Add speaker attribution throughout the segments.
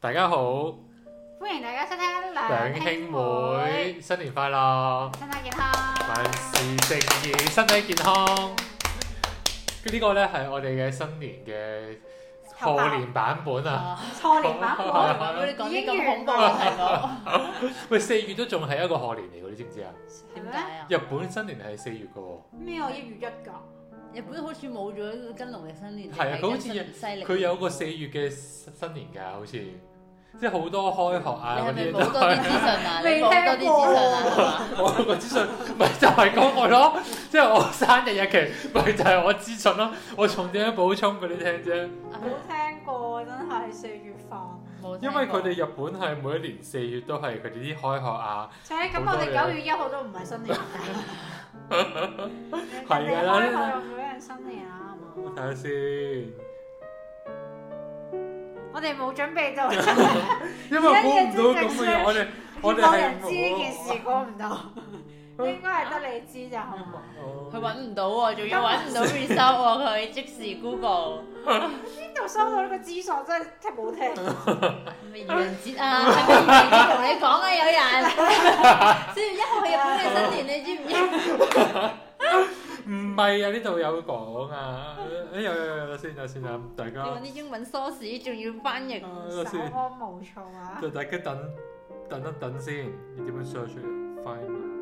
Speaker 1: 大家好，
Speaker 2: 歡迎大家收聽
Speaker 1: 兩
Speaker 2: 兩
Speaker 1: 兄
Speaker 2: 兄
Speaker 1: 妹
Speaker 2: 妹，
Speaker 1: 新年快樂，
Speaker 2: 身體健康。
Speaker 1: 萬事勝意，身體健康。呢個呢係我哋嘅新年嘅
Speaker 2: 頭
Speaker 1: 賀
Speaker 2: 炮
Speaker 1: 年版本啊！
Speaker 2: 錯年版本，
Speaker 3: Ờ.
Speaker 1: 我
Speaker 3: 你講啲咁恐怖嘅題目，
Speaker 1: 喂，四月都仲係一個賀年嚟嘅，你知唔知啊？
Speaker 2: 係
Speaker 3: 點
Speaker 2: 咩
Speaker 3: 解？啊？
Speaker 1: 日本新年係四月嘅喎。
Speaker 2: 咩我一月一㗎？
Speaker 3: 日本好似冇咗跟農曆新年，
Speaker 1: 係啊佢好似
Speaker 3: 係跟新西歷
Speaker 1: 佢有個四月嘅新年㗎，好似即係好多開學啊
Speaker 3: 你
Speaker 1: 嗰
Speaker 3: 係咪
Speaker 1: 啲
Speaker 3: 冇
Speaker 1: 都
Speaker 3: 多啲資
Speaker 1: 係。
Speaker 3: 訊啊？你
Speaker 2: 未
Speaker 3: 冇多啲資訊啊？係嘛
Speaker 1: 我個資訊咪就係講我咯，即係我生日日期咪就係我資訊咯，我重點補充俾你聽啫。
Speaker 3: À,
Speaker 2: 冇聽過，真係四月份。
Speaker 3: 冇聽
Speaker 1: 因
Speaker 3: 過
Speaker 1: 為佢哋日本係每一年四月都係佢哋啲開學啊，
Speaker 2: 且咁我哋九月一號都唔係新年㗎。
Speaker 1: 係㗎啦
Speaker 2: 人哋開學用嗰樣新年啊，係嘛
Speaker 1: 睇下先。
Speaker 2: 我哋冇準備到，
Speaker 1: 因為估唔到咁嘅嘢，我哋我哋
Speaker 2: 冇
Speaker 1: 係
Speaker 2: 人知呢件事，估唔到。應該係得你知咋，係嘛？
Speaker 3: 佢揾唔到喎，仲要揾唔到 result 喎，佢即時 Google
Speaker 2: 邊度收到呢個資訊真係聽冇聽？
Speaker 3: 係咪愚人節啊？係咪愚人節同你講啊？有人四月一號係日本嘅新年，你知唔知？
Speaker 1: 唔係啊，呢度有講啊。誒有有有有先有先啊，大
Speaker 3: 你
Speaker 1: 家
Speaker 3: 揾啲英文 source，仲要翻譯。
Speaker 1: 啊
Speaker 2: 手
Speaker 1: 先。
Speaker 2: 安無措啊！
Speaker 1: 就大家等等一等先，要點樣 search 嚟 find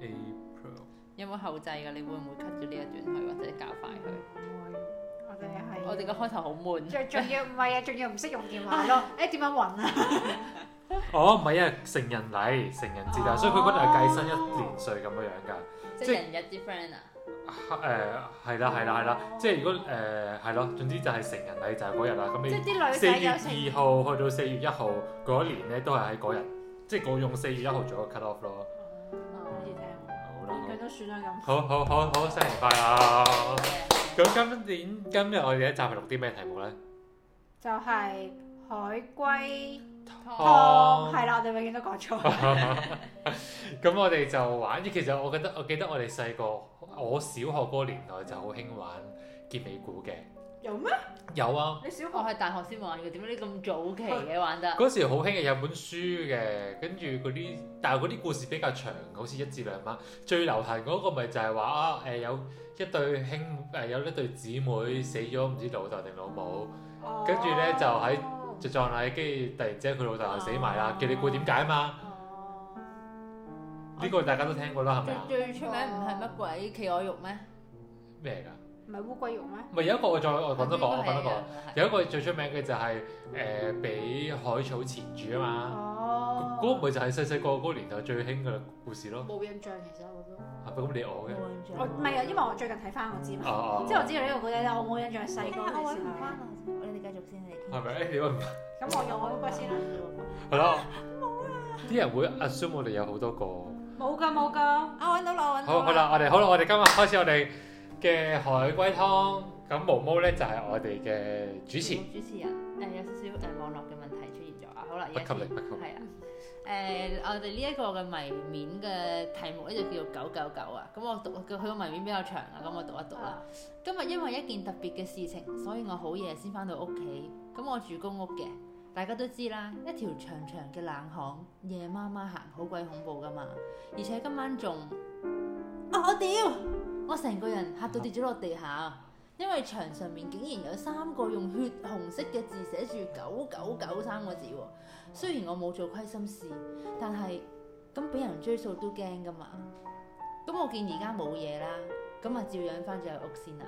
Speaker 1: April？
Speaker 3: 有冇後製㗎？你會唔會 cut 咗呢一段去，或者較快佢？
Speaker 2: 我哋係
Speaker 3: 我哋嘅開頭好悶。
Speaker 2: 仲仲要唔係啊？仲要唔識用電話咯？誒點樣揾啊？
Speaker 1: 哦，唔係啊，成人禮、成人節啊，
Speaker 2: 哦
Speaker 1: 所以佢嗰度係計新一年歲咁樣樣㗎。
Speaker 3: 即係人日啲 friend 啊，
Speaker 1: 誒係啦係啦係啦，即係如果誒係咯，總之就係成人禮就係嗰日啦。咁
Speaker 2: 即係
Speaker 1: 你
Speaker 2: 啲女
Speaker 1: 四
Speaker 2: 仔
Speaker 1: 月
Speaker 2: 有成
Speaker 1: 二號去到四月一號嗰一年咧，都係喺嗰日，即係我用四月一號做個 cut off 咯。
Speaker 2: 好似聽
Speaker 1: 好啦，
Speaker 2: 佢都算啦咁。
Speaker 1: 好好好好，新年快樂！咁今年今日我哋一集係錄啲咩題目咧？
Speaker 2: 就係海龜
Speaker 3: Ờ.
Speaker 1: 哦
Speaker 2: 湯係啦，我哋永遠都講錯。
Speaker 1: 咁我哋就玩，其實我覺得我記得我哋細個，我小學嗰個年代就好興玩結尾股嘅。
Speaker 2: 有咩？
Speaker 1: 有啊，
Speaker 2: 你小
Speaker 3: 我
Speaker 2: 學
Speaker 3: 係大學先玩嘅，點解你咁早期嘅玩得？
Speaker 1: 嗰時好興嘅有本書嘅，跟住嗰啲，但係嗰啲故事比較長，好似一至兩晚。最流行嗰個咪就係話啊，誒、有一對兄誒、有一對姊妹死咗，唔知老豆定老母，跟住呢就喺就撞禮，跟住突然之間佢老豆又死埋啦，叫你估點解嘛？
Speaker 2: 哦
Speaker 1: 呢、個大家都聽過啦，係咪啊？
Speaker 3: 最最出名唔係乜鬼企鵝肉咩？
Speaker 1: 咩嚟㗎？
Speaker 2: 唔係烏龜肉咩？
Speaker 1: 咪有一個我再我哦講多個，我講多個。
Speaker 3: 個
Speaker 1: 有一個最出名嘅就係誒俾海草纏住啊嘛，
Speaker 2: 哦，
Speaker 1: 嗰個咪就係細細個嗰個年代最興嘅故事咯。
Speaker 2: 冇印象其實我都。
Speaker 1: 係咪咁你我嘅？
Speaker 2: 我唔係啊，因為我最近睇翻我知嘛，
Speaker 1: 哦哦
Speaker 2: 嗯即係我知道呢個古仔，但我冇印象細個嗰陣時
Speaker 3: 唔
Speaker 2: 係。
Speaker 3: 我哋繼續先，你
Speaker 1: 哦係咪？誒你話唔
Speaker 2: 咁我用我嗰個先啦。
Speaker 1: 係咯？啲人會 assume 我哋有好多個。
Speaker 2: 冇㗎冇㗎，
Speaker 3: 啊，揾到啦，揾到
Speaker 1: 好，好啦，我哋好啦，我哋今日開始我哋嘅海龜湯。咁毛毛咧就係我哋嘅主持，
Speaker 3: 主持人誒有少少誒網絡嘅問題出現咗啊，好啦，而
Speaker 1: 不給
Speaker 3: 家
Speaker 1: 力，不給力。
Speaker 3: 係啊，誒、我哋呢一個嘅謎面嘅題目咧就叫做九九九啊。咁我讀佢佢個謎面比較長啊，咁我讀一讀啦。今日因為一件特別嘅事情，所以我好夜先翻到屋企。咁我住公屋嘅，大家都知啦，一條長長嘅冷巷，夜媽媽行好鬼恐怖噶嘛。而且今晚仲啊我屌！我成個人嚇到跌咗落地下，因為牆上面竟然有三個用血紅色嘅字寫住九九九三個字喎。雖然我冇做虧心事，但係咁俾人追數都驚噶嘛。咁我見而家冇嘢啦，咁啊照樣翻咗入屋先啦。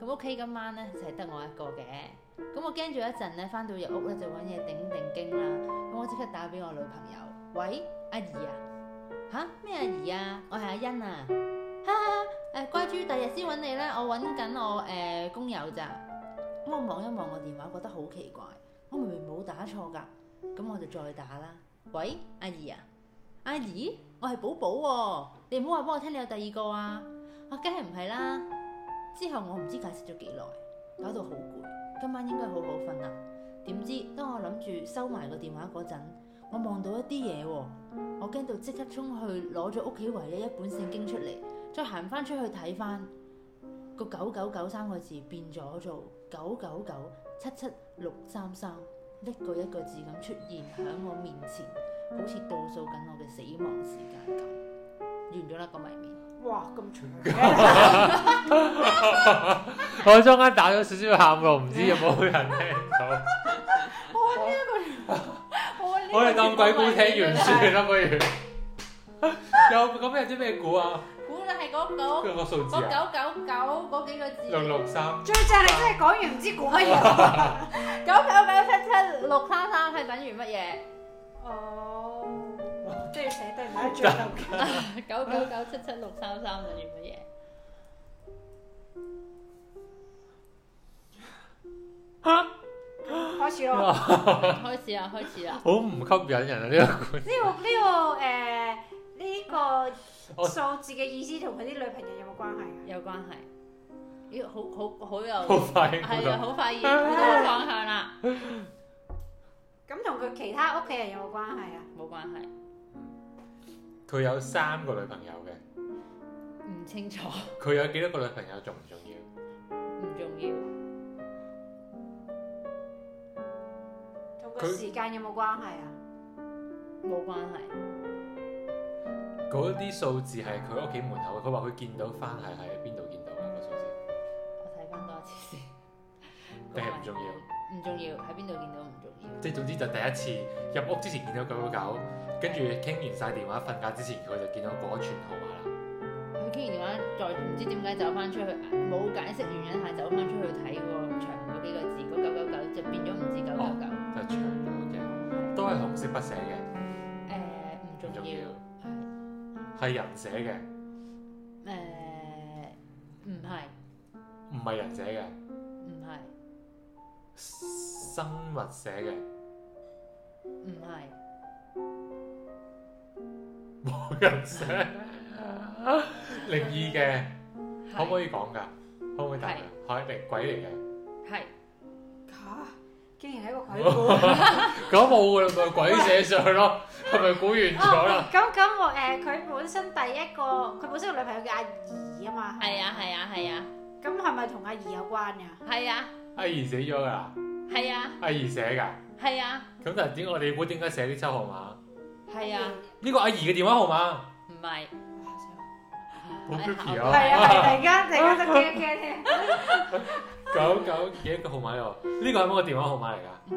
Speaker 3: 咁屋企今晚咧就係得我一個嘅，咁我驚咗一陣咧，翻到入屋咧就揾嘢頂定驚啦。咁我即刻打俾我女朋友，喂，阿姨啊，吓咩阿姨啊？我係阿欣啊，哈哈，誒乖豬，第日先揾你啦，我揾緊我誒、呃工友咋。咁我望一望我電話，覺得好奇怪，我明明冇打錯㗎。咁我就再打啦。喂，阿姨啊，阿姨，我係寶寶喎，你唔好話俾我聽你有第二個啊！我梗係唔係啦。之後我唔知解釋咗幾耐，搞到好攰，今晚應該好好瞓啦。點知當我諗住收埋個電話嗰陣，我望到一啲嘢喎，我驚到即刻衝去攞咗屋企唯一一本聖經出嚟，再行翻出去睇翻個九九九三個字變咗做九九九七七六三三，一個一個字咁出現喺我面前，好似倒數緊我嘅死亡時間咁。完咗啦個謎面。
Speaker 2: 哇，咁長嘅，
Speaker 1: 我中間打咗少少喊喎，唔知有冇人聽到？
Speaker 2: 我呢個
Speaker 1: 我哋當鬼故聽完算啦，不如。有咁有啲咩故啊？
Speaker 3: 估就係嗰嗰
Speaker 1: 嗰個數字
Speaker 3: 嗰
Speaker 1: 啊，
Speaker 3: 九九九嗰幾個字。
Speaker 1: 六六三。
Speaker 2: 最正係真係講完唔知講乜嘢。
Speaker 3: 九九九七七六三三係等於乜嘢？
Speaker 2: 哦，即係寫低唔喺最後 嘅。
Speaker 3: 九九九七七六三三等於乜嘢？
Speaker 2: 開始咯。
Speaker 1: 哇
Speaker 3: 開始啦，開始啦。
Speaker 1: 好唔吸引人啊！呢個故
Speaker 2: 呢個呢個誒呢個
Speaker 1: 我
Speaker 2: 數字嘅意思同佢啲女朋友有冇關係㗎？
Speaker 3: 有關係。咦，好好好有，
Speaker 1: 好快
Speaker 3: 係啊，
Speaker 1: 估
Speaker 3: 好快已經估到個方向啦。
Speaker 2: 咁同佢其他屋企人有冇關係啊？
Speaker 3: 冇關係，
Speaker 1: 到，佢有三個女朋友嘅，
Speaker 3: 唔清楚，
Speaker 1: 佢有幾多個女朋友重唔重要？
Speaker 3: 唔重要，
Speaker 2: 同個時間有冇關係啊？
Speaker 3: 冇關係，
Speaker 1: 嗰啲數字係佢屋企門口嘅，佢話佢見到翻係喺邊度見到啊？個數字
Speaker 3: 我睇翻多一次先。
Speaker 1: 定係唔重要？
Speaker 3: 唔重要，喺邊度見到唔重要。
Speaker 1: 即係總之就第一次入屋之前見到九九九，跟住傾完晒電話，瞓覺之前佢就見到嗰串號碼啦。
Speaker 3: 佢傾完電話，再唔知點解走翻出去，冇解釋原因下走翻出去睇個牆嗰幾個字，嗰九九九就變咗唔知九九九。
Speaker 1: 就長咗嘅，都係紅色筆寫嘅，
Speaker 3: 誒唔
Speaker 1: 唔
Speaker 3: 重
Speaker 1: 重
Speaker 3: 要，
Speaker 1: 要，
Speaker 3: 係
Speaker 1: 係人寫嘅，
Speaker 3: 誒唔係
Speaker 1: 唔係人寫嘅，
Speaker 3: 唔係
Speaker 1: 生物寫嘅，
Speaker 3: 唔係
Speaker 1: 冇人寫，靈異嘅，可唔可以講㗎？可唔可以答㗎？係靈鬼嚟嘅，
Speaker 3: 係
Speaker 2: 嚇！竟然係一個鬼故。
Speaker 1: 咁冇㗎啦，咪鬼寫上咯，係咪估完咗啦？
Speaker 2: 哦，咁咁我誒佢本身第一個佢本身個女朋友叫阿怡啊嘛。
Speaker 3: 係啊係啊係啊
Speaker 2: 咁係咪同阿怡有關㗎？
Speaker 3: 係啊
Speaker 1: 阿怡死咗㗎啦，
Speaker 3: 係啊
Speaker 1: 阿怡寫㗎，
Speaker 3: 係啊
Speaker 1: 咁但係點我哋估點解寫呢抽號碼？
Speaker 3: 係啊，
Speaker 1: 呢個阿怡嘅電話號碼。
Speaker 3: 唔係
Speaker 1: 好 creepy 啊
Speaker 2: 係啊，係突然間突然間都驚一驚添。
Speaker 1: 九九幾多個號碼又？呢個係咪個電話號碼嚟㗎？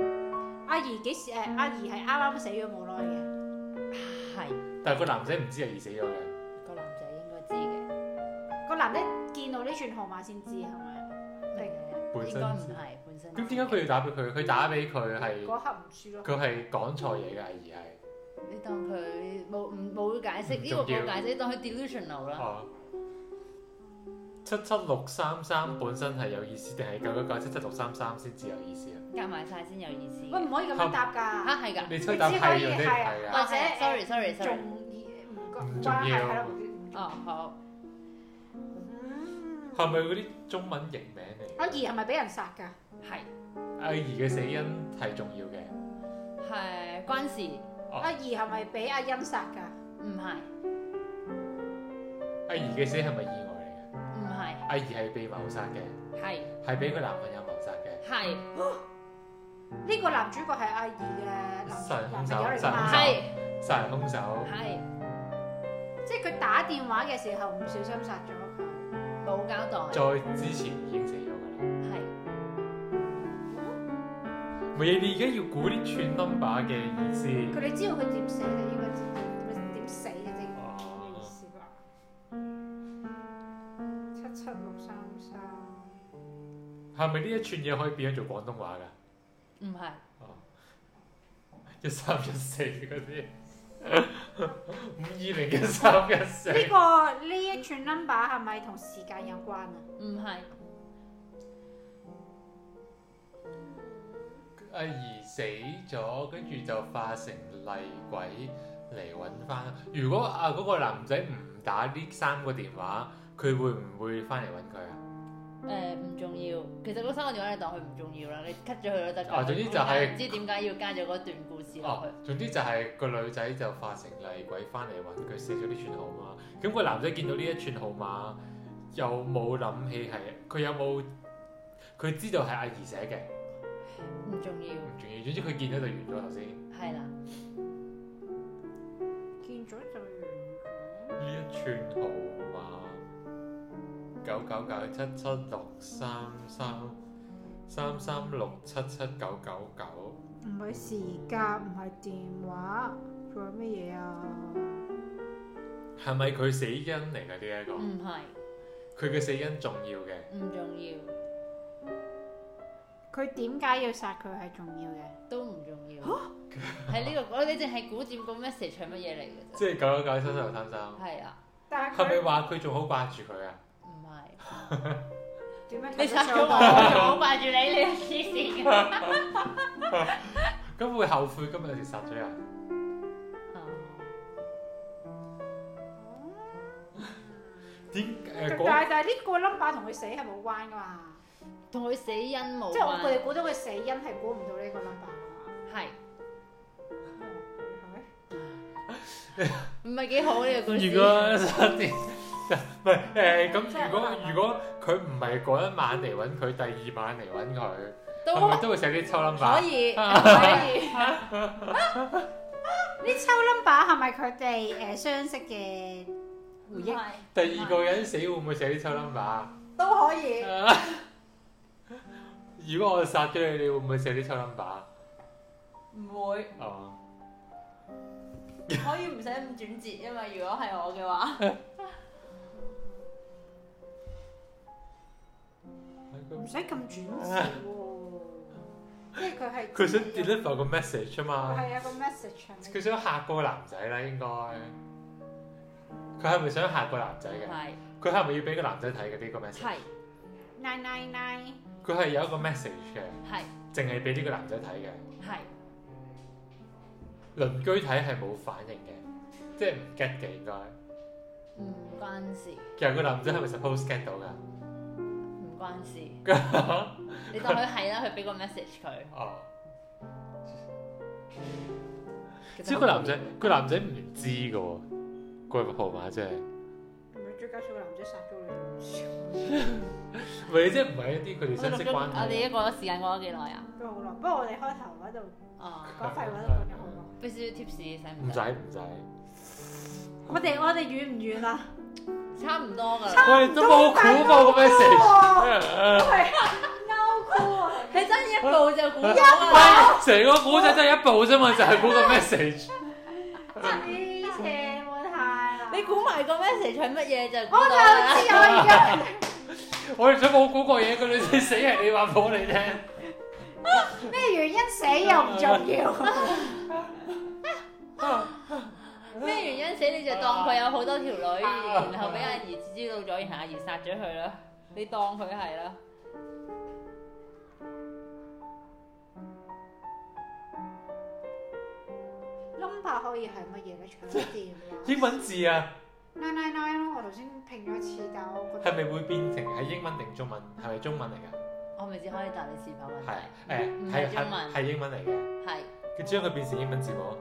Speaker 3: 唔係
Speaker 2: 阿怡幾時誒？阿怡係啱啱死咗冇耐嘅。
Speaker 3: 係
Speaker 1: 但係個男仔唔知阿怡死咗嘅。
Speaker 3: 個男仔應該知嘅，
Speaker 2: 個男仔見到呢串號碼先知係咪？
Speaker 1: 本
Speaker 3: 誒
Speaker 1: 身
Speaker 3: 應該唔係本身
Speaker 1: 咁點解佢要打俾佢？佢打俾佢係
Speaker 2: 嗰刻唔輸咯。
Speaker 1: 佢係講錯嘢嘅，阿怡係。
Speaker 3: 你當佢冇唔冇解釋
Speaker 1: 唔
Speaker 3: 呢個
Speaker 1: 重要
Speaker 3: 冇解釋，當佢 delusional
Speaker 2: 啊
Speaker 3: 啦，
Speaker 1: 哦。七七六三三本身係有意思，定係九九九七七六三三先至有意思啊？
Speaker 3: 夾埋晒先有意思。
Speaker 2: 喂，唔可以咁樣答㗎。
Speaker 3: 嚇係㗎，
Speaker 1: 你吹答係定係
Speaker 2: 你知可以係
Speaker 1: 啊？
Speaker 2: 啊
Speaker 3: 或者 Ờ, sorry sorry
Speaker 2: 重
Speaker 3: sorry，Ờ,
Speaker 2: 唔
Speaker 1: 唔
Speaker 2: 關
Speaker 1: 重
Speaker 2: 係
Speaker 1: 要
Speaker 2: 係啦，唔重
Speaker 3: 哦好。
Speaker 2: 嗯
Speaker 1: 係咪嗰啲中文譯名嚟？
Speaker 2: 阿怡係咪俾人殺㗎？
Speaker 3: 係
Speaker 1: 阿怡嘅死因係重要嘅。
Speaker 3: 係關事，
Speaker 1: 哦
Speaker 2: 阿怡係咪俾阿欣殺㗎？
Speaker 3: 唔係
Speaker 1: 阿怡嘅死係咪意外嚟
Speaker 3: 唔係
Speaker 1: 嘅？阿怡係被謀殺嘅，
Speaker 3: 係
Speaker 1: 係俾佢男朋友謀殺嘅。
Speaker 3: 係
Speaker 2: 呢個男主角係阿怡嘅男
Speaker 1: 殺人
Speaker 2: 男
Speaker 1: 兇
Speaker 2: 朋
Speaker 1: 手
Speaker 2: 友嚟㗎
Speaker 1: 殺人兇手？殺人
Speaker 2: 嘛
Speaker 3: 係
Speaker 1: 兇手
Speaker 3: 係
Speaker 2: 即係佢打電話嘅時候唔小心殺咗佢。
Speaker 3: 冇交代，
Speaker 1: 再之前已經死咗㗎啦。
Speaker 3: 係
Speaker 1: 咪你而家要估啲串 number 嘅意思？
Speaker 2: 佢哋知道佢點死，你應該知點點點死嘅啫。咩意
Speaker 1: 哦
Speaker 2: 思啩？七七六三三，
Speaker 1: 係咪呢一串嘢可以變咗做廣東話㗎？
Speaker 3: 唔係
Speaker 1: 哦，一三一四嗰啲， 五二零一三一四，
Speaker 2: 呢個呢一串 number 係咪同時間有關啊？
Speaker 3: 唔係
Speaker 1: 阿兒死咗，跟住就化成厲鬼嚟揾翻。如果啊嗰、個男仔唔打呢三個電話，佢會唔會翻嚟揾佢啊？
Speaker 3: 誒唔重要，其實嗰三個電話你當佢唔重要啦，你 cut 咗佢都得㗎。
Speaker 1: 啊總之就係
Speaker 3: 唔知點解要加咗嗰段故事落
Speaker 1: 哦
Speaker 3: 去。，
Speaker 1: 總之就係個女仔就化成厲鬼翻嚟揾佢寫咗呢串號碼，咁個男仔見到呢一串號碼，又冇諗起係佢有冇佢知道係阿儀寫嘅，
Speaker 3: 唔重要，
Speaker 1: 唔重要。總之佢見到就完咗頭先。
Speaker 3: 係啦，
Speaker 2: 見咗就完
Speaker 1: 呢一串號碼九九九七七六三三三三六七七九九九，
Speaker 2: 咗。唔係時間，唔係電話，仲有乜嘢啊？
Speaker 1: 係咪佢死因嚟㗎？呢一個
Speaker 3: 唔係
Speaker 1: 佢嘅死因重要嘅。
Speaker 3: 唔重要，
Speaker 2: 佢點解要殺佢係重要嘅？
Speaker 3: 都唔重要。係呢個，我哋淨係估掂個 message 係乜嘢嚟嘅啫。
Speaker 1: 即係九九九七七六三三，
Speaker 3: 係啦，
Speaker 2: 但
Speaker 1: 係咪話佢仲好掛住佢啊？
Speaker 3: 唔 係。
Speaker 2: 點樣
Speaker 3: 你
Speaker 2: 睇
Speaker 3: 殺
Speaker 2: 得
Speaker 3: 咗我，
Speaker 2: 出
Speaker 3: 我仲好掛住你，你黐線嘅。
Speaker 1: 咁會後悔今日有時殺咗人？點誒嗰
Speaker 2: 但係但係呢個 number 同佢死係冇關噶嘛，
Speaker 3: 同佢死因冇
Speaker 2: 即係我
Speaker 3: 關
Speaker 2: 哋。估到佢死因係估唔到呢個 number 噶
Speaker 3: 係
Speaker 2: 嘛，係
Speaker 3: 唔係幾好呢個故事？
Speaker 1: 如果 殺人唔係誒咁，如果
Speaker 2: 真係好難諗
Speaker 1: 如果佢唔係嗰一晚嚟揾佢，第二晚嚟揾佢，
Speaker 3: 都
Speaker 1: 係咪都會寫啲抽 number？
Speaker 3: 可以，
Speaker 2: Ờ,
Speaker 3: 可以。
Speaker 2: 咪？呢抽 number 係咪佢哋誒相識嘅回憶？
Speaker 1: 第二個人死會唔會寫啲抽 number 啊？
Speaker 2: 都可以，
Speaker 1: 如果我殺咗你，你會唔會寫啲抽 number 啊？
Speaker 3: 唔會，
Speaker 1: 哦，
Speaker 3: 可以唔使咁轉折，因為如果係我嘅話，
Speaker 2: 唔使咁轉折喎，因為佢係
Speaker 1: 佢想 deliver 個 message 啊
Speaker 2: 佢
Speaker 1: 嘛，
Speaker 2: 係有個 message 啊
Speaker 1: 佢想嚇個男仔啦，應該。佢係咪想嚇個男仔嘅？
Speaker 3: 係
Speaker 1: 佢係咪要俾個男仔睇嘅呢個 message？
Speaker 3: 係
Speaker 2: ，nine nine nine，
Speaker 1: 佢係有一個 message 嘅，
Speaker 3: 係
Speaker 1: 淨係俾呢個男仔睇嘅。
Speaker 3: 係
Speaker 1: 鄰居睇係冇反應嘅，即係唔 get 嘅應該。
Speaker 3: 唔關事，
Speaker 1: 其實個男仔
Speaker 3: 嗯
Speaker 1: 係咪 suppose get 到㗎？
Speaker 3: 唔關 事。 你當佢係啦，佢俾個 message 佢。
Speaker 1: 哦，
Speaker 3: 其實
Speaker 1: 即係個男仔，個男仔唔知嘅喎，個號碼真係。
Speaker 2: 唔係最搞笑個男仔殺咗你，
Speaker 1: 唔係，即係唔係一啲佢哋
Speaker 3: 我哋
Speaker 1: 親
Speaker 3: 錄
Speaker 1: 戚
Speaker 3: 咗，
Speaker 1: 關
Speaker 3: 我哋
Speaker 1: 係。啊
Speaker 3: 一個時間過咗幾耐啊？
Speaker 2: 都好耐。不過我哋開頭嗰度
Speaker 3: 哦，
Speaker 2: 講廢話都講咗好耐。
Speaker 3: 俾少少 tips 使
Speaker 1: 唔
Speaker 3: 唔
Speaker 1: 使
Speaker 3: 使？
Speaker 1: 唔使，
Speaker 2: 我哋我哋遠唔遠啊？
Speaker 3: 差唔多㗎啦。
Speaker 1: 我哋都冇估過個 message。
Speaker 2: 勾箍啊！
Speaker 3: 你真係一步就估到啊啦。
Speaker 1: 喂，成個古仔真係一步啫嘛，就係估個 message。
Speaker 2: 黐線冇太啦！
Speaker 3: 你估埋個 message 係乜嘢就估
Speaker 2: 我就
Speaker 3: 到
Speaker 2: 知
Speaker 3: 啦。
Speaker 2: 我而
Speaker 1: 我
Speaker 2: 家
Speaker 1: 哋想冇估過嘢，個女仔死係你話俾我哋聽。
Speaker 2: 咩原因死又 唔重要，
Speaker 3: 咩原因死你就當佢有好多條女，然後俾阿兒知道咗，然後阿兒殺咗佢啦。你當佢係啦，
Speaker 2: number 可以係乜嘢咧？搶電話
Speaker 1: 英文字啊，
Speaker 2: nine nine nine 咯，我頭先拼咗一次，但係我覺
Speaker 1: 係
Speaker 2: 得
Speaker 1: 咪會變成係英文定中文？係咪中文嚟㗎？
Speaker 3: 我咪只可以答你是否問
Speaker 1: 係
Speaker 3: 題。
Speaker 1: 誒，
Speaker 3: 唔係
Speaker 1: 係
Speaker 3: 中文
Speaker 1: 係係英文嚟嘅。
Speaker 3: 係
Speaker 1: 佢將佢變成英文字母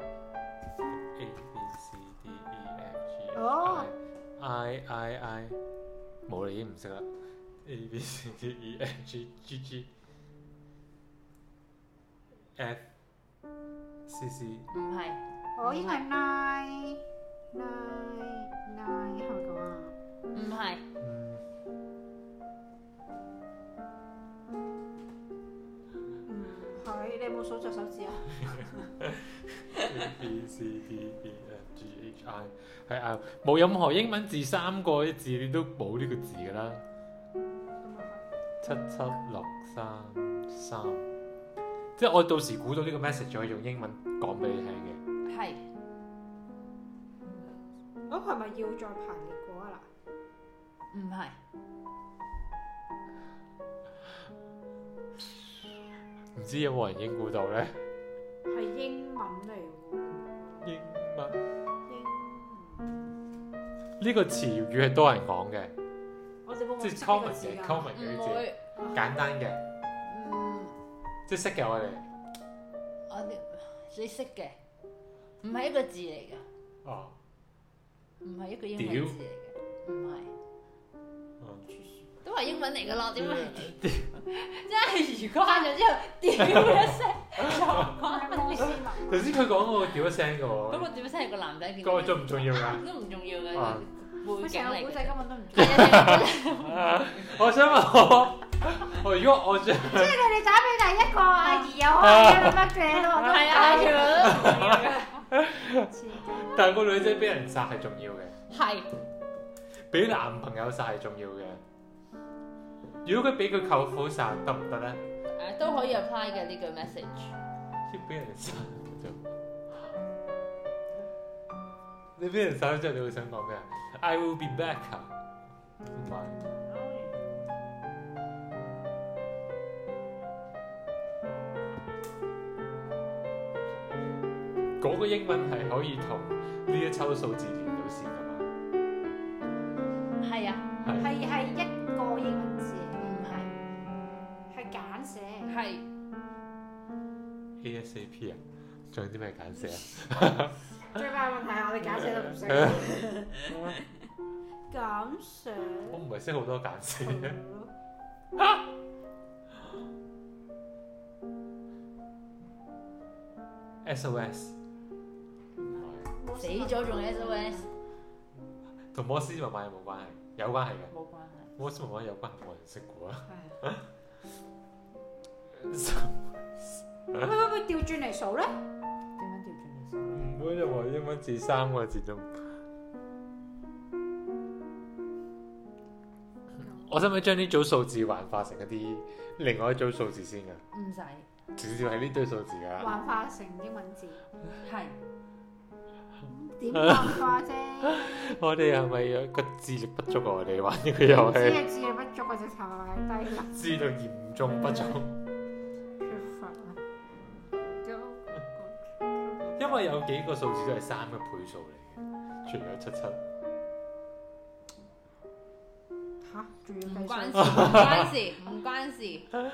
Speaker 1: ，A B C D E F G H
Speaker 2: 哦
Speaker 1: I I I I，冇啦，已經唔識啦。A B C D E F G G G F C C，
Speaker 3: 唔係
Speaker 2: 我應該係 nine nine nine 係咪咁啊？
Speaker 3: 唔係
Speaker 1: 嗯，
Speaker 2: 嗯，係你有冇數隻手指啊？
Speaker 1: A B C D E F G H I 係啊，冇任何英文字三個啲字你都冇呢個字㗎啦。七七六三三，即係我到時估到呢個 message，我用英文講俾你聽嘅。
Speaker 3: 係
Speaker 2: 咁係咪要再排列過啊？
Speaker 3: 唔係
Speaker 1: 唔知有冇人已經估到咧？
Speaker 2: 嗱，係英文嚟喎，
Speaker 1: 英文
Speaker 2: 英文。
Speaker 1: 呢個詞語係多人講嘅，
Speaker 2: 我哋哋會唔
Speaker 1: 即
Speaker 2: 會
Speaker 3: 哦
Speaker 2: 識
Speaker 1: 係
Speaker 2: 呢
Speaker 1: common
Speaker 2: 個字
Speaker 1: 嘅
Speaker 3: 啊
Speaker 2: 㗎
Speaker 1: common 嘅
Speaker 3: 唔
Speaker 1: 啲字，
Speaker 3: 會，
Speaker 1: 簡單嘅，
Speaker 3: 嗯，
Speaker 1: 即係識嘅我哋。
Speaker 3: 我哋你識嘅，唔係一個字嚟嘅，
Speaker 1: 哦，
Speaker 3: 唔係一個英文字嚟嘅，唔係。
Speaker 1: 嗯
Speaker 3: 都係英文嚟噶啦，點會係
Speaker 1: 嗯
Speaker 3: 真係如果翻咗之後，屌一聲就
Speaker 2: 係摩斯文。
Speaker 1: 頭先佢講過屌一聲嘅
Speaker 3: 咁
Speaker 1: 喎，
Speaker 3: 我點聲係個男仔見
Speaker 1: 嗰個重唔重要㗎？
Speaker 3: 都唔重要嘅
Speaker 1: 啊
Speaker 3: 背
Speaker 2: 佢
Speaker 3: 景
Speaker 2: 成個
Speaker 3: 嚟
Speaker 2: 古
Speaker 3: 嘅
Speaker 2: 仔。根本都唔知。
Speaker 3: 係啊
Speaker 1: 我想問我，我如果我想
Speaker 2: 即係佢哋打俾第一個阿姨又開乜嘢咯，我都
Speaker 3: 係啊，
Speaker 2: 唔
Speaker 3: 係啊
Speaker 2: 知。
Speaker 1: 但係個女仔俾人殺係重要嘅，
Speaker 3: 係
Speaker 1: 俾男朋友殺係重要嘅。如果佢俾佢舅父殺得唔得咧？
Speaker 3: 誒都可以 apply 嘅呢句 message。
Speaker 1: 即係俾人殺咗。你俾人殺咗之後，你會想講咩？I 啊 will be back 啊！唔係，嗰個英文係可以同呢一抽數字連到線㗎嘛？
Speaker 3: 係啊，
Speaker 1: 係
Speaker 2: 係係一個英文字，
Speaker 3: 唔
Speaker 2: 係簡寫。
Speaker 3: 係係
Speaker 1: ASAP 啊！仲有啲咩簡寫啊？
Speaker 2: 最大問題係我哋簡寫都唔識。簡寫。
Speaker 1: 我唔係識好多簡寫。SOS
Speaker 3: 死咗仲 SOS
Speaker 1: 同摩斯密碼有冇關係？有關係嘅，
Speaker 3: 冇關係。
Speaker 1: 摩斯密碼有關係冇人識過啊！
Speaker 3: 係啊
Speaker 2: 會唔會調轉嚟數咧？
Speaker 3: 點樣調轉嚟數？
Speaker 1: 唔會就話英文字三個字都唔。我使唔使將呢組數字幻化成一啲另外一組數字先㗎？
Speaker 3: 唔使
Speaker 1: 直接係呢堆數字㗎。
Speaker 2: 幻化成英文字，
Speaker 3: 係
Speaker 2: 點幻化啫？
Speaker 1: 我哋係咪有個智力不足啊？我哋玩呢個遊戲，
Speaker 2: 只 係智力不足，個隻頭係低能
Speaker 1: 智力嚴重不足，
Speaker 2: 缺乏啊。
Speaker 1: 因為有幾個數字都係三嘅倍數嚟嘅，全有七七。
Speaker 2: 嚇，仲要
Speaker 3: 唔
Speaker 2: 計
Speaker 3: 關
Speaker 2: 數
Speaker 3: 事，唔關事，唔關事。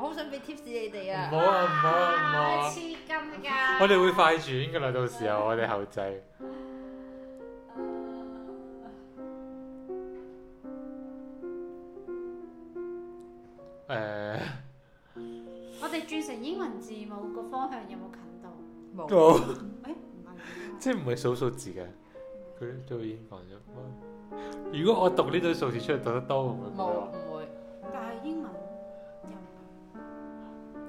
Speaker 3: 我好想俾 tips 你
Speaker 1: 唔
Speaker 3: 哋啊！
Speaker 1: 好啊！唔好啊！唔好
Speaker 2: 啊
Speaker 1: 啊
Speaker 2: 黐！筋㗎。
Speaker 1: 我哋會快轉㗎啦，到時候我哋後製。誒、
Speaker 2: 我哋轉成英文字母個方向有冇近到？
Speaker 3: 冇。
Speaker 1: 好
Speaker 2: 誒唔係，
Speaker 1: 即係唔係數數字嘅，佢都已經講咗。如果我讀呢堆數字出嚟讀得多，會唔會
Speaker 3: 冇
Speaker 1: 冇啊？
Speaker 3: 唔會，
Speaker 2: 但係英文又唔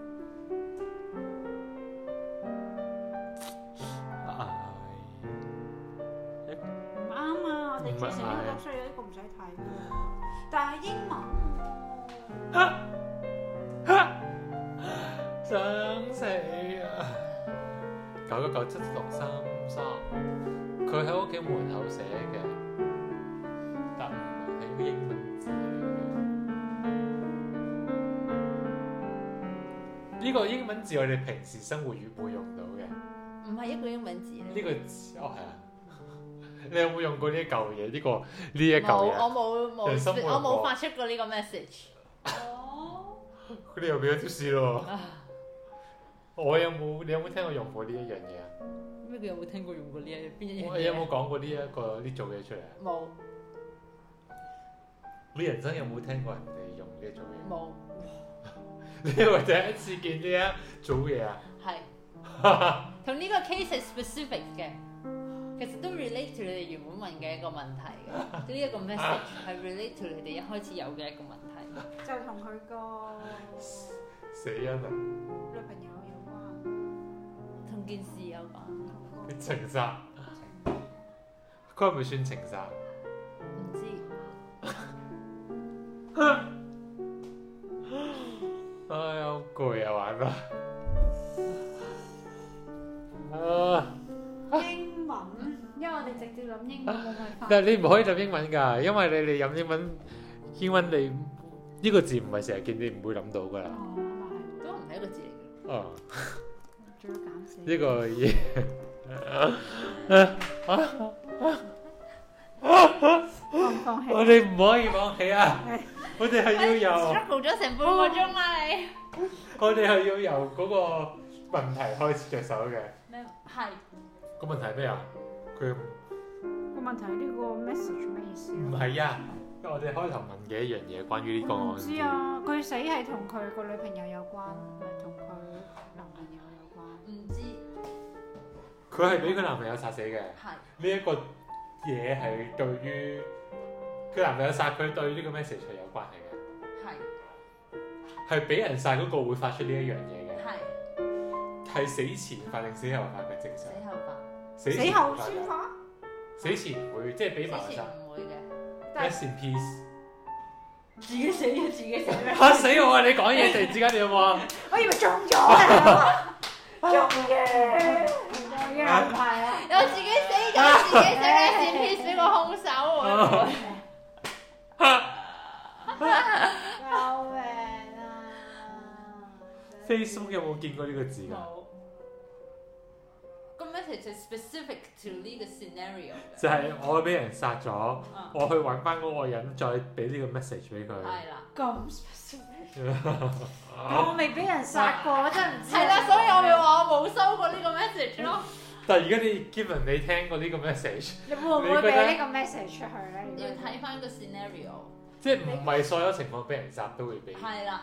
Speaker 2: 啱啊！我哋轉成呢個需要呢個唔使睇嘅，但係英文
Speaker 1: 想死啊！九一九七六三三，佢喺屋企門口寫嘅，但唔係個英文字嚟嘅。呢個英文字我哋平時生活語會用到嘅，呢、
Speaker 3: 唔係一個英文字嚟。
Speaker 1: 個字哦係啊，你有冇用過呢一嚿嘢？呢、個呢一嚿
Speaker 3: 冇，
Speaker 1: 嘢，
Speaker 3: 我冇冇，
Speaker 1: 人生冇用過
Speaker 3: 我冇發出過呢個 message。
Speaker 2: 哦，
Speaker 1: 佢哋又俾咗 tips 咯。
Speaker 3: 啊
Speaker 1: 我有冇你有冇聽過用過呢一樣嘢啊？
Speaker 3: 咩？佢有冇聽過用過呢一邊一樣
Speaker 1: 我有冇講過呢一個呢組嘢出嚟啊？
Speaker 3: 冇
Speaker 1: 你人生有冇聽過人哋用呢一組嘢？
Speaker 3: 冇
Speaker 1: 你係咪第一次見呢一組嘢啊？
Speaker 3: 係，同呢個 case 係 specific 嘅，其實都 relate to 你哋原本問嘅一個問題嘅。呢一個 message 係 relate to 你哋一開始有嘅一個問題。
Speaker 2: 就同佢個
Speaker 1: 死因啊！
Speaker 2: 女朋友有關。
Speaker 3: 同件事有關，
Speaker 1: 情殺，佢係咪算情殺？
Speaker 3: 唔知
Speaker 1: 唉，好攰啊，玩啦！啊！
Speaker 2: 英文，因為我哋直接諗英文冇辦法。
Speaker 1: 但係你唔可以諗英文㗎，因為你你諗英文，英文你呢個字唔係成日見，你唔會諗到㗎啦。
Speaker 2: 哦，
Speaker 3: 都唔係一個字嚟嘅。
Speaker 1: 哦，
Speaker 2: 但係最簡寫。
Speaker 1: 呢個嘢
Speaker 2: 唔放棄。
Speaker 1: 我哋唔可以放棄啊！我哋係要由
Speaker 3: struggle 咗成半個鐘啦你。
Speaker 1: 我哋係要由嗰個問題開始着手嘅。
Speaker 3: 咩？係
Speaker 1: 個問題係咩啊？佢
Speaker 2: 個問題係呢個 message 咩意思
Speaker 1: 唔
Speaker 2: 啊？
Speaker 1: 係啊，因為我哋開頭問嘅一樣嘢，關於呢個
Speaker 2: 我唔
Speaker 1: 案
Speaker 2: 知
Speaker 1: 件。
Speaker 2: 啊，佢死係同佢個女朋友有關，唔係同佢男朋友有關。
Speaker 3: 唔知
Speaker 1: 佢係俾佢男朋友殺死嘅。
Speaker 3: 係
Speaker 1: 呢一個嘢係對於佢男朋友殺佢對呢個 message 係有關係嘅，
Speaker 3: 係
Speaker 1: 係俾人殺嗰個會發出呢一樣嘢嘅，
Speaker 3: 係
Speaker 1: 係死前發定死後發嘅正
Speaker 3: 死
Speaker 1: 常。
Speaker 3: 後吧，
Speaker 1: 死
Speaker 2: 死
Speaker 1: 前
Speaker 2: 後
Speaker 1: 發
Speaker 2: 先
Speaker 1: 嘅，
Speaker 2: 發，
Speaker 1: 死前唔會即係俾埋
Speaker 3: 死前
Speaker 1: 殺。
Speaker 3: 唔會嘅，
Speaker 2: 但係
Speaker 1: Rest in peace。
Speaker 3: 自己死咗自己死 咩？
Speaker 1: 嚇死我啊！你講嘢突然之間，你有冇 啊？
Speaker 2: 我以為中咗啊！中嘅，中嘅唔係啊！
Speaker 3: 又自己死咗自己死嘅先 p i 俾個兇手
Speaker 1: 哦
Speaker 3: 喎。
Speaker 2: 救命啊！
Speaker 1: Facebook 有冇見過呢個字㗎？
Speaker 3: 冇。個 message 係 specific to
Speaker 1: Mm.
Speaker 3: 呢個 scenario 嘅。
Speaker 1: 就係我俾人殺咗，
Speaker 3: 啊，
Speaker 1: 我去揾翻嗰個人，再俾呢個 message 俾佢。
Speaker 3: 係啦，
Speaker 2: 咁我未俾人殺過，我真係唔知。
Speaker 3: 係啦，所以我咪話我冇收過呢個 message 咯。
Speaker 1: 但係而家你 given 你聽過呢個 message，
Speaker 2: 你會唔會俾呢個 message 出去咧？如
Speaker 3: 要
Speaker 1: Mm.
Speaker 2: 果
Speaker 3: 睇翻個 scenario。
Speaker 1: 即係唔係所有情況俾人殺都會俾
Speaker 3: 係啦，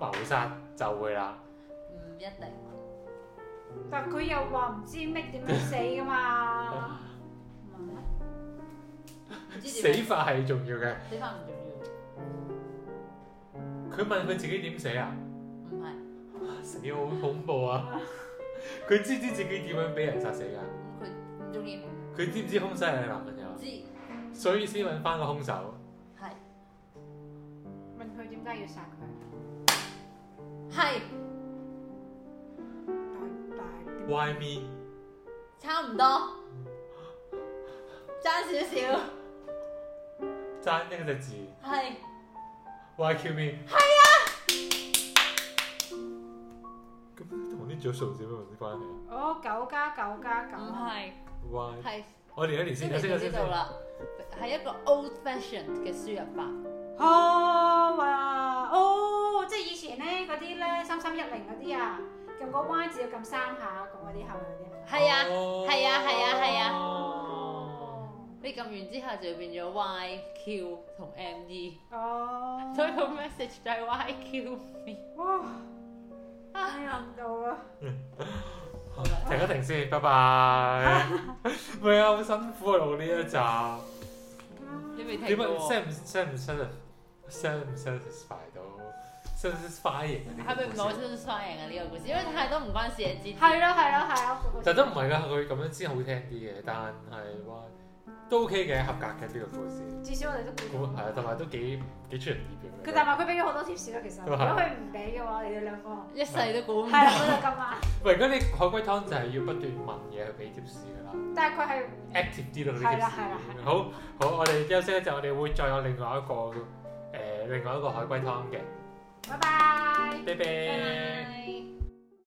Speaker 1: 謀殺就會啦。
Speaker 3: 唔 Mm，一定。
Speaker 2: 但佢又話唔知咩點樣死噶 嘛？
Speaker 3: 唔知
Speaker 1: 死
Speaker 3: 點樣
Speaker 1: 法係重要嘅。
Speaker 3: 死法唔重要，
Speaker 1: 佢問佢自己點死啊？
Speaker 3: 唔係
Speaker 1: 死好恐怖 啊！佢知唔知自己點樣俾人殺死㗎？
Speaker 3: 咁佢唔中意，
Speaker 1: 佢知唔知兇手係男朋友啊？
Speaker 3: 知
Speaker 1: 所以先揾翻個兇手。
Speaker 3: 係
Speaker 2: 問佢點解要殺佢？
Speaker 3: 係
Speaker 2: 但係
Speaker 1: Why me？
Speaker 3: 差唔多，爭少少，
Speaker 1: 爭一個字。
Speaker 3: 係
Speaker 1: Why kill me？係啊。咁同啲組數字有冇啲關係啊
Speaker 2: 哦九加九加九
Speaker 3: 唔，係
Speaker 1: ？Why？
Speaker 3: 係
Speaker 1: 我哋一年
Speaker 3: 即
Speaker 1: 先
Speaker 3: 係
Speaker 1: 先
Speaker 3: 你
Speaker 1: 先
Speaker 3: 知道啦，係一個 old fashioned 嘅輸入法，
Speaker 2: 哦哇哦，即係以前咧嗰啲咧三三一零嗰啲啊，撳個 Y 字要撳三下，咁嗰啲後嗰啲。
Speaker 3: 係啊，
Speaker 1: 係
Speaker 3: 係啊係啊係啊
Speaker 1: 啊。
Speaker 3: 你撳完之後就變咗 Y Q 同 M E，
Speaker 2: 哦，
Speaker 3: 所以個 message 就係 Y Q me。
Speaker 2: 哇，哎呀唔到啊！
Speaker 1: 好啦停一停先，拜拜。喂啊，好辛苦啊，錄呢一集，
Speaker 3: 你未
Speaker 1: 點啊解
Speaker 3: 聽過
Speaker 1: send
Speaker 3: 喎？
Speaker 1: 唔 send 唔 send 啊？send 唔 satisfy 到？satisfying 啊呢個
Speaker 3: 係咪唔係
Speaker 1: 故
Speaker 3: 好
Speaker 1: 事
Speaker 3: satisfying 啊？呢個故事，因為太多唔關事嘅字。
Speaker 2: 係咯係咯係啊！我
Speaker 1: 但都唔係㗎，佢咁樣先好聽啲嘅，但係哇都 OK 嘅，合格嘅呢個故事。
Speaker 2: 至少我哋都估
Speaker 1: 咁
Speaker 2: 到
Speaker 1: 係。啊，同埋都幾幾出人意表
Speaker 2: 佢
Speaker 1: 嘅。
Speaker 2: 但係佢俾咗好多 tips 咯，其實
Speaker 1: 都
Speaker 2: 如
Speaker 1: 係
Speaker 2: 果佢唔俾嘅話，我哋兩個
Speaker 3: 一世都估唔
Speaker 2: 係
Speaker 3: 到
Speaker 2: 啦，。我就咁啊。
Speaker 1: 喂，嗰啲海龜湯就係要不斷問嘢去俾貼士㗎啦
Speaker 2: 但係佢係
Speaker 1: ，active 啲咯呢啲貼士。
Speaker 2: 係啦係啦係啦。
Speaker 1: 好好，我哋休息一陣，我哋會再有另外一個誒、另外一個海龜湯嘅，
Speaker 2: 拜拜。
Speaker 1: 拜拜。
Speaker 3: 拜拜。